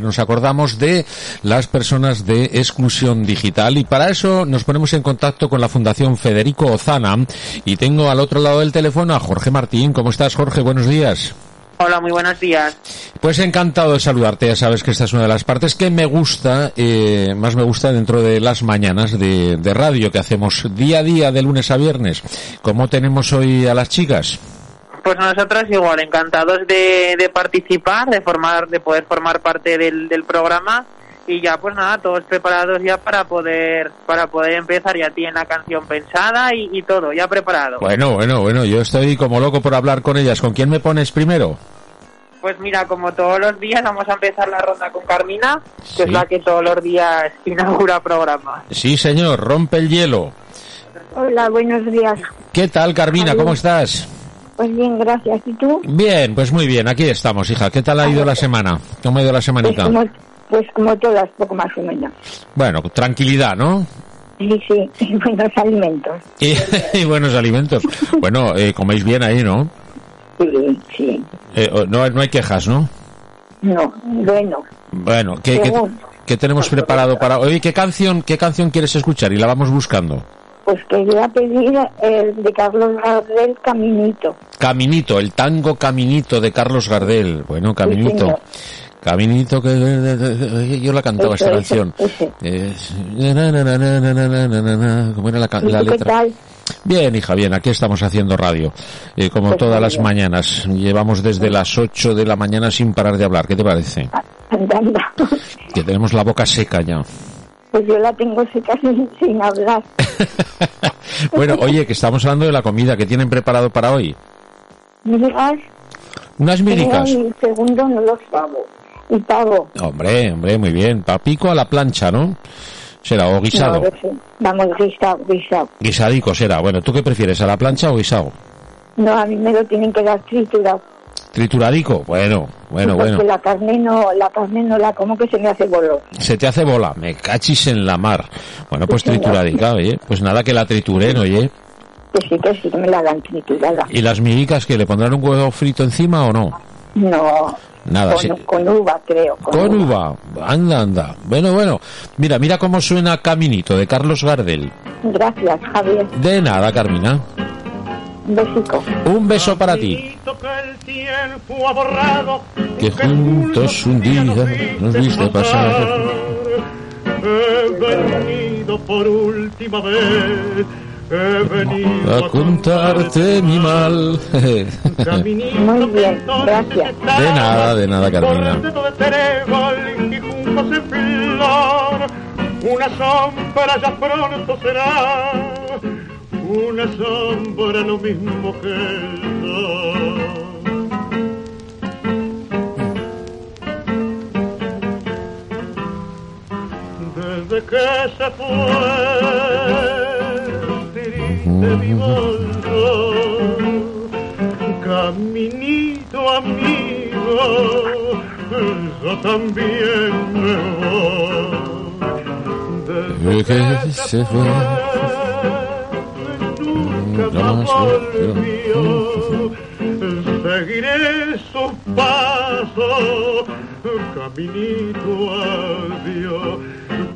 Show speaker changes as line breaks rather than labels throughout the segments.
Nos acordamos de las personas de exclusión digital y para eso nos ponemos en contacto con la Fundación Federico Ozana y tengo al otro lado del teléfono a Jorge Martín. ¿Cómo estás, Jorge? Buenos días.
Hola, muy buenos días.
Pues encantado de saludarte. Ya sabes que esta es una de las partes que me gusta, eh, más me gusta dentro de las mañanas de, de radio que hacemos día a día de lunes a viernes. ¿Cómo tenemos hoy a las chicas?
Pues nosotros igual, encantados de, de participar, de formar, de poder formar parte del, del programa y ya pues nada, todos preparados ya para poder para poder empezar, ya tienen la canción pensada y, y todo, ya preparado.
Bueno, bueno, bueno, yo estoy como loco por hablar con ellas. ¿Con quién me pones primero?
Pues mira, como todos los días vamos a empezar la ronda con Carmina,
Sí.
que es la que todos los días inaugura programa.
Sí, señor, rompe el hielo.
Hola, buenos días.
¿Qué tal, Carmina? ¿Cómo estás?
Pues bien, gracias. ¿Y tú?
Bien, pues muy bien, aquí estamos, hija. ¿Qué tal ha ido la semana? ¿Cómo ha ido la
Pues
semanita?
como, pues como todas, poco más o menos.
Bueno, tranquilidad, ¿no?
Sí, sí, y buenos alimentos.
Y, y buenos alimentos. Bueno, eh, coméis bien ahí, ¿no?
Sí, sí.
Eh, o- no, no hay quejas, ¿no?
No, bueno.
Bueno, ¿qué, qué, qué tenemos preparado para hoy? ¿Qué canción, ¿Qué canción quieres escuchar? Y la vamos buscando.
Pues quería pedir el de Carlos Gardel, Caminito.
Caminito, el tango Caminito de Carlos Gardel. Bueno, Caminito.
señor.
Caminito que yo la cantaba
Ese,
esta
ese,
canción.
ese.
Es- na, na, na, na, na, na, na, na, na. ¿Cómo era la, ca-
¿Y
Ah, la
tú qué
letra?
tal?
Bien, hija, bien, aquí estamos haciendo radio, eh, como
Pues
todas
muy
las
bien.
mañanas. Llevamos desde las 8 de la mañana sin parar de hablar, ¿qué te parece?
Ah, Andando.
Que tenemos la boca seca ya.
Pues yo la tengo seca sin, sin hablar.
bueno, oye, que estamos hablando de la comida que tienen preparado para hoy.
Me digas, Pues
Unas milicas.
y el segundo no los pago. Y pago.
Hombre, hombre, muy bien. Papico a la plancha, ¿no? Será, o guisado.
No, eso. Vamos, guisado, guisado.
Guisadico será. Bueno, ¿tú qué prefieres, a la plancha o guisado?
No, a mí me lo tienen que dar triturado.
Trituradico. Bueno, bueno,
porque
bueno.
Pues la carne no, la carne no la como que se me hace bolón.
Se te hace bola, me cachis en la mar. Bueno, pues
Sí, señor.
trituradica, oye. Pues nada que la trituren, oye.
Que sí, que sí, que me la dan triturada.
¿Y las milicas que le pondrán un huevo frito encima o no?
No,
Nada,
con,
sí.
con uva creo. Con,
Con
uva.
uva. Anda, anda. Bueno, bueno. Mira, mira cómo suena Caminito de Carlos Gardel.
Gracias, Javier.
De nada, Carmina.
Un besico.
Un beso para ti. Que juntos un día nos viste pasar.
He venido por última vez. He venido
A contarte mi mal.
Caminito
Muy bien,
que
gracias.
entonces
De nada, de nada,
estaba
Carmina.
bordeado de trébol y juntos en flor. Una sombra ya pronto será. Una sombra lo mismo que el sol. Desde que se fue triste mi mundo, caminito amigo, yo también me voy. Desde que se fue, nunca más volvió. Seguiré su paso, caminito adiós,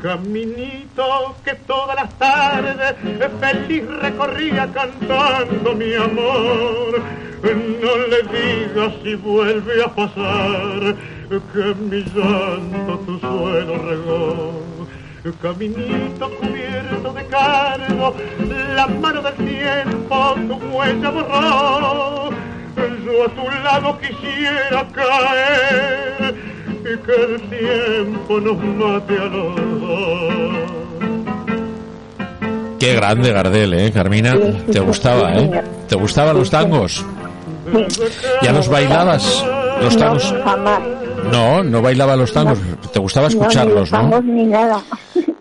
caminito que todas las tardes eh, feliz recorría cantando mi amor. No le digas si vuelve a pasar que mi llanto tu suelo regó. Caminito cubierto de cargo, la mano del tiempo tu huella borró. Yo a tu lado quisiera caer y que el tiempo nos mate a los dos.
Qué grande Gardel, ¿eh, Carmina? Te gustaba, ¿eh? ¿Te gustaban los tangos? ¿Ya los bailabas? Los
no,
tangos.
jamás.
No, no bailaba los tangos. Te gustaba escucharlos,
no, ni
¿no?
vamos ni nada.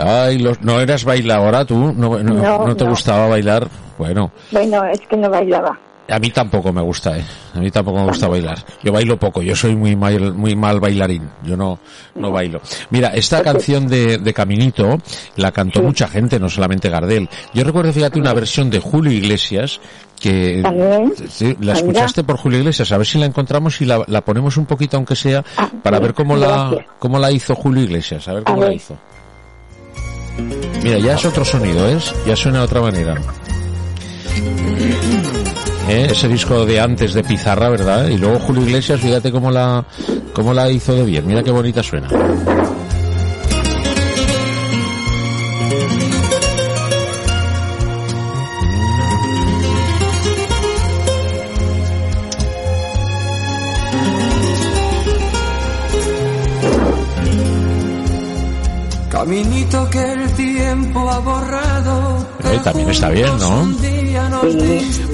Ay, los, no eras bailadora tú, no, no-
No,
no te
no.
gustaba bailar. Bueno,
Bueno, es que no bailaba.
a mí tampoco me gusta, ¿eh? A mí tampoco me gusta bailar. Yo bailo poco, yo soy muy mal, muy mal bailarín, yo no, no bailo. Mira, esta canción de, de Caminito la cantó mucha gente, no solamente Gardel. Yo recuerdo, fíjate, una versión de Julio Iglesias que
También.
sí, la
Anda.
escuchaste por Julio Iglesias, a ver si la encontramos y la, la ponemos un poquito aunque sea
Ah,
para
sí,
ver cómo la
gracias.
cómo la hizo Julio Iglesias, a ver
A
cómo la
ver.
hizo. Mira, ya es otro sonido, ¿es? Ya suena de otra manera. ¿Eh? Ese disco de antes de Pizarra, ¿verdad? Y luego Julio Iglesias, fíjate cómo la cómo la hizo de bien. Mira qué bonita suena.
Caminito que el tiempo ha borrado.
Eh, también está bien, ¿no?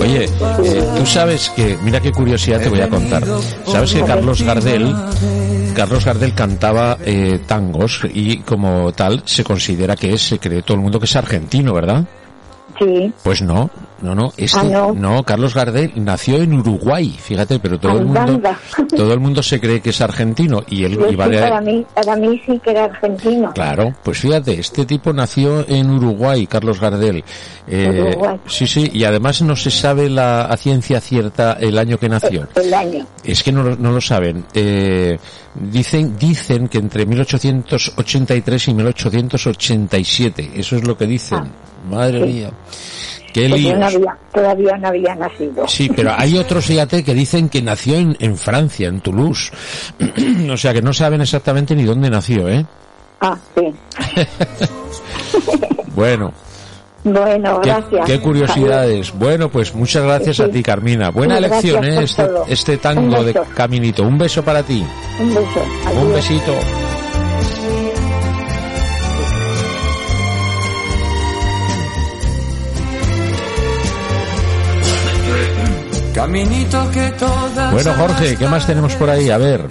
Oye, eh, tú sabes que, mira qué curiosidad te voy a contar. Sabes que Carlos Gardel, Carlos Gardel cantaba eh, tangos y como tal se considera que es, se cree todo el mundo que es argentino, ¿verdad?
Sí,
Pues no, no, no, este,
Ah,
no.
no.
Carlos Gardel nació en Uruguay, fíjate, pero todo el mundo,
Andanda.
todo el mundo se cree que es argentino y él
yo
iba
sí,
de,
para, mí, para mí sí que era argentino.
Claro, pues fíjate, este tipo nació en Uruguay, Carlos Gardel. Eh,
Uruguay.
Sí, sí, y además no se sabe la a ciencia cierta el año que nació.
El año.
Es que no, lo- no lo saben. Eh, dicen, dicen que entre 1883 y 1887. Eso es lo que dicen. Madre
Ah. sí.
mía. Qué
Pues yo no
líos.
había, todavía no había nacido.
Sí, pero hay otros, fíjate, que dicen que nació en, en Francia, en Toulouse. o sea que no saben exactamente ni dónde nació, ¿eh?
Ah, sí.
Bueno.
Bueno,
Qué,
gracias.
qué curiosidades. Bueno, pues muchas gracias a
Sí.
ti, Carmina. Buena
Gracias
elección, ¿eh?
por
Este,
todo.
este tango
Un
de
beso.
Caminito. Un beso para ti.
Un beso.
Un
Adiós.
besito.
Caminito que todas.
Bueno, Jorge, ¿qué más tenemos por ahí? A ver,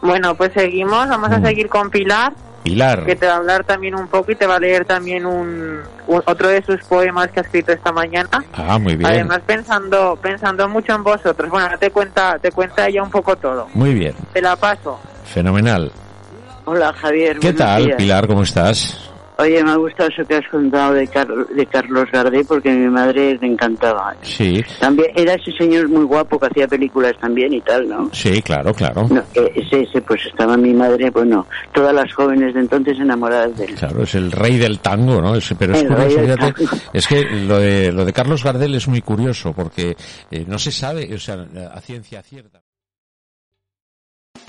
Bueno, pues seguimos, vamos a seguir con Pilar,
Pilar.
que te va a hablar también un poco y te va a leer también un, un- otro de sus poemas que ha escrito esta mañana.
Ah, muy bien.
Además pensando pensando mucho en vosotros. Bueno, ahora te cuenta te cuenta ella un poco todo.
Muy bien.
Te la paso.
Fenomenal.
Hola Javier.
¿Qué
buenos
tal,
días.
Pilar? ¿Cómo estás?
Oye, me ha gustado eso que has contado de, Car- de Carlos Gardel porque a mi madre le encantaba.
Sí,
También era ese señor muy guapo que hacía películas también y tal, ¿no?
sí, claro, claro.
No, eh, ese, ese, pues estaba mi madre, bueno, todas las jóvenes de entonces enamoradas de él.
Claro, es el rey del tango, ¿no? Es- pero es
El rey
curioso,
del
fíjate,
tango.
es que lo de, lo de Carlos Gardel es muy curioso porque eh, no se sabe, o sea, a ciencia cierta.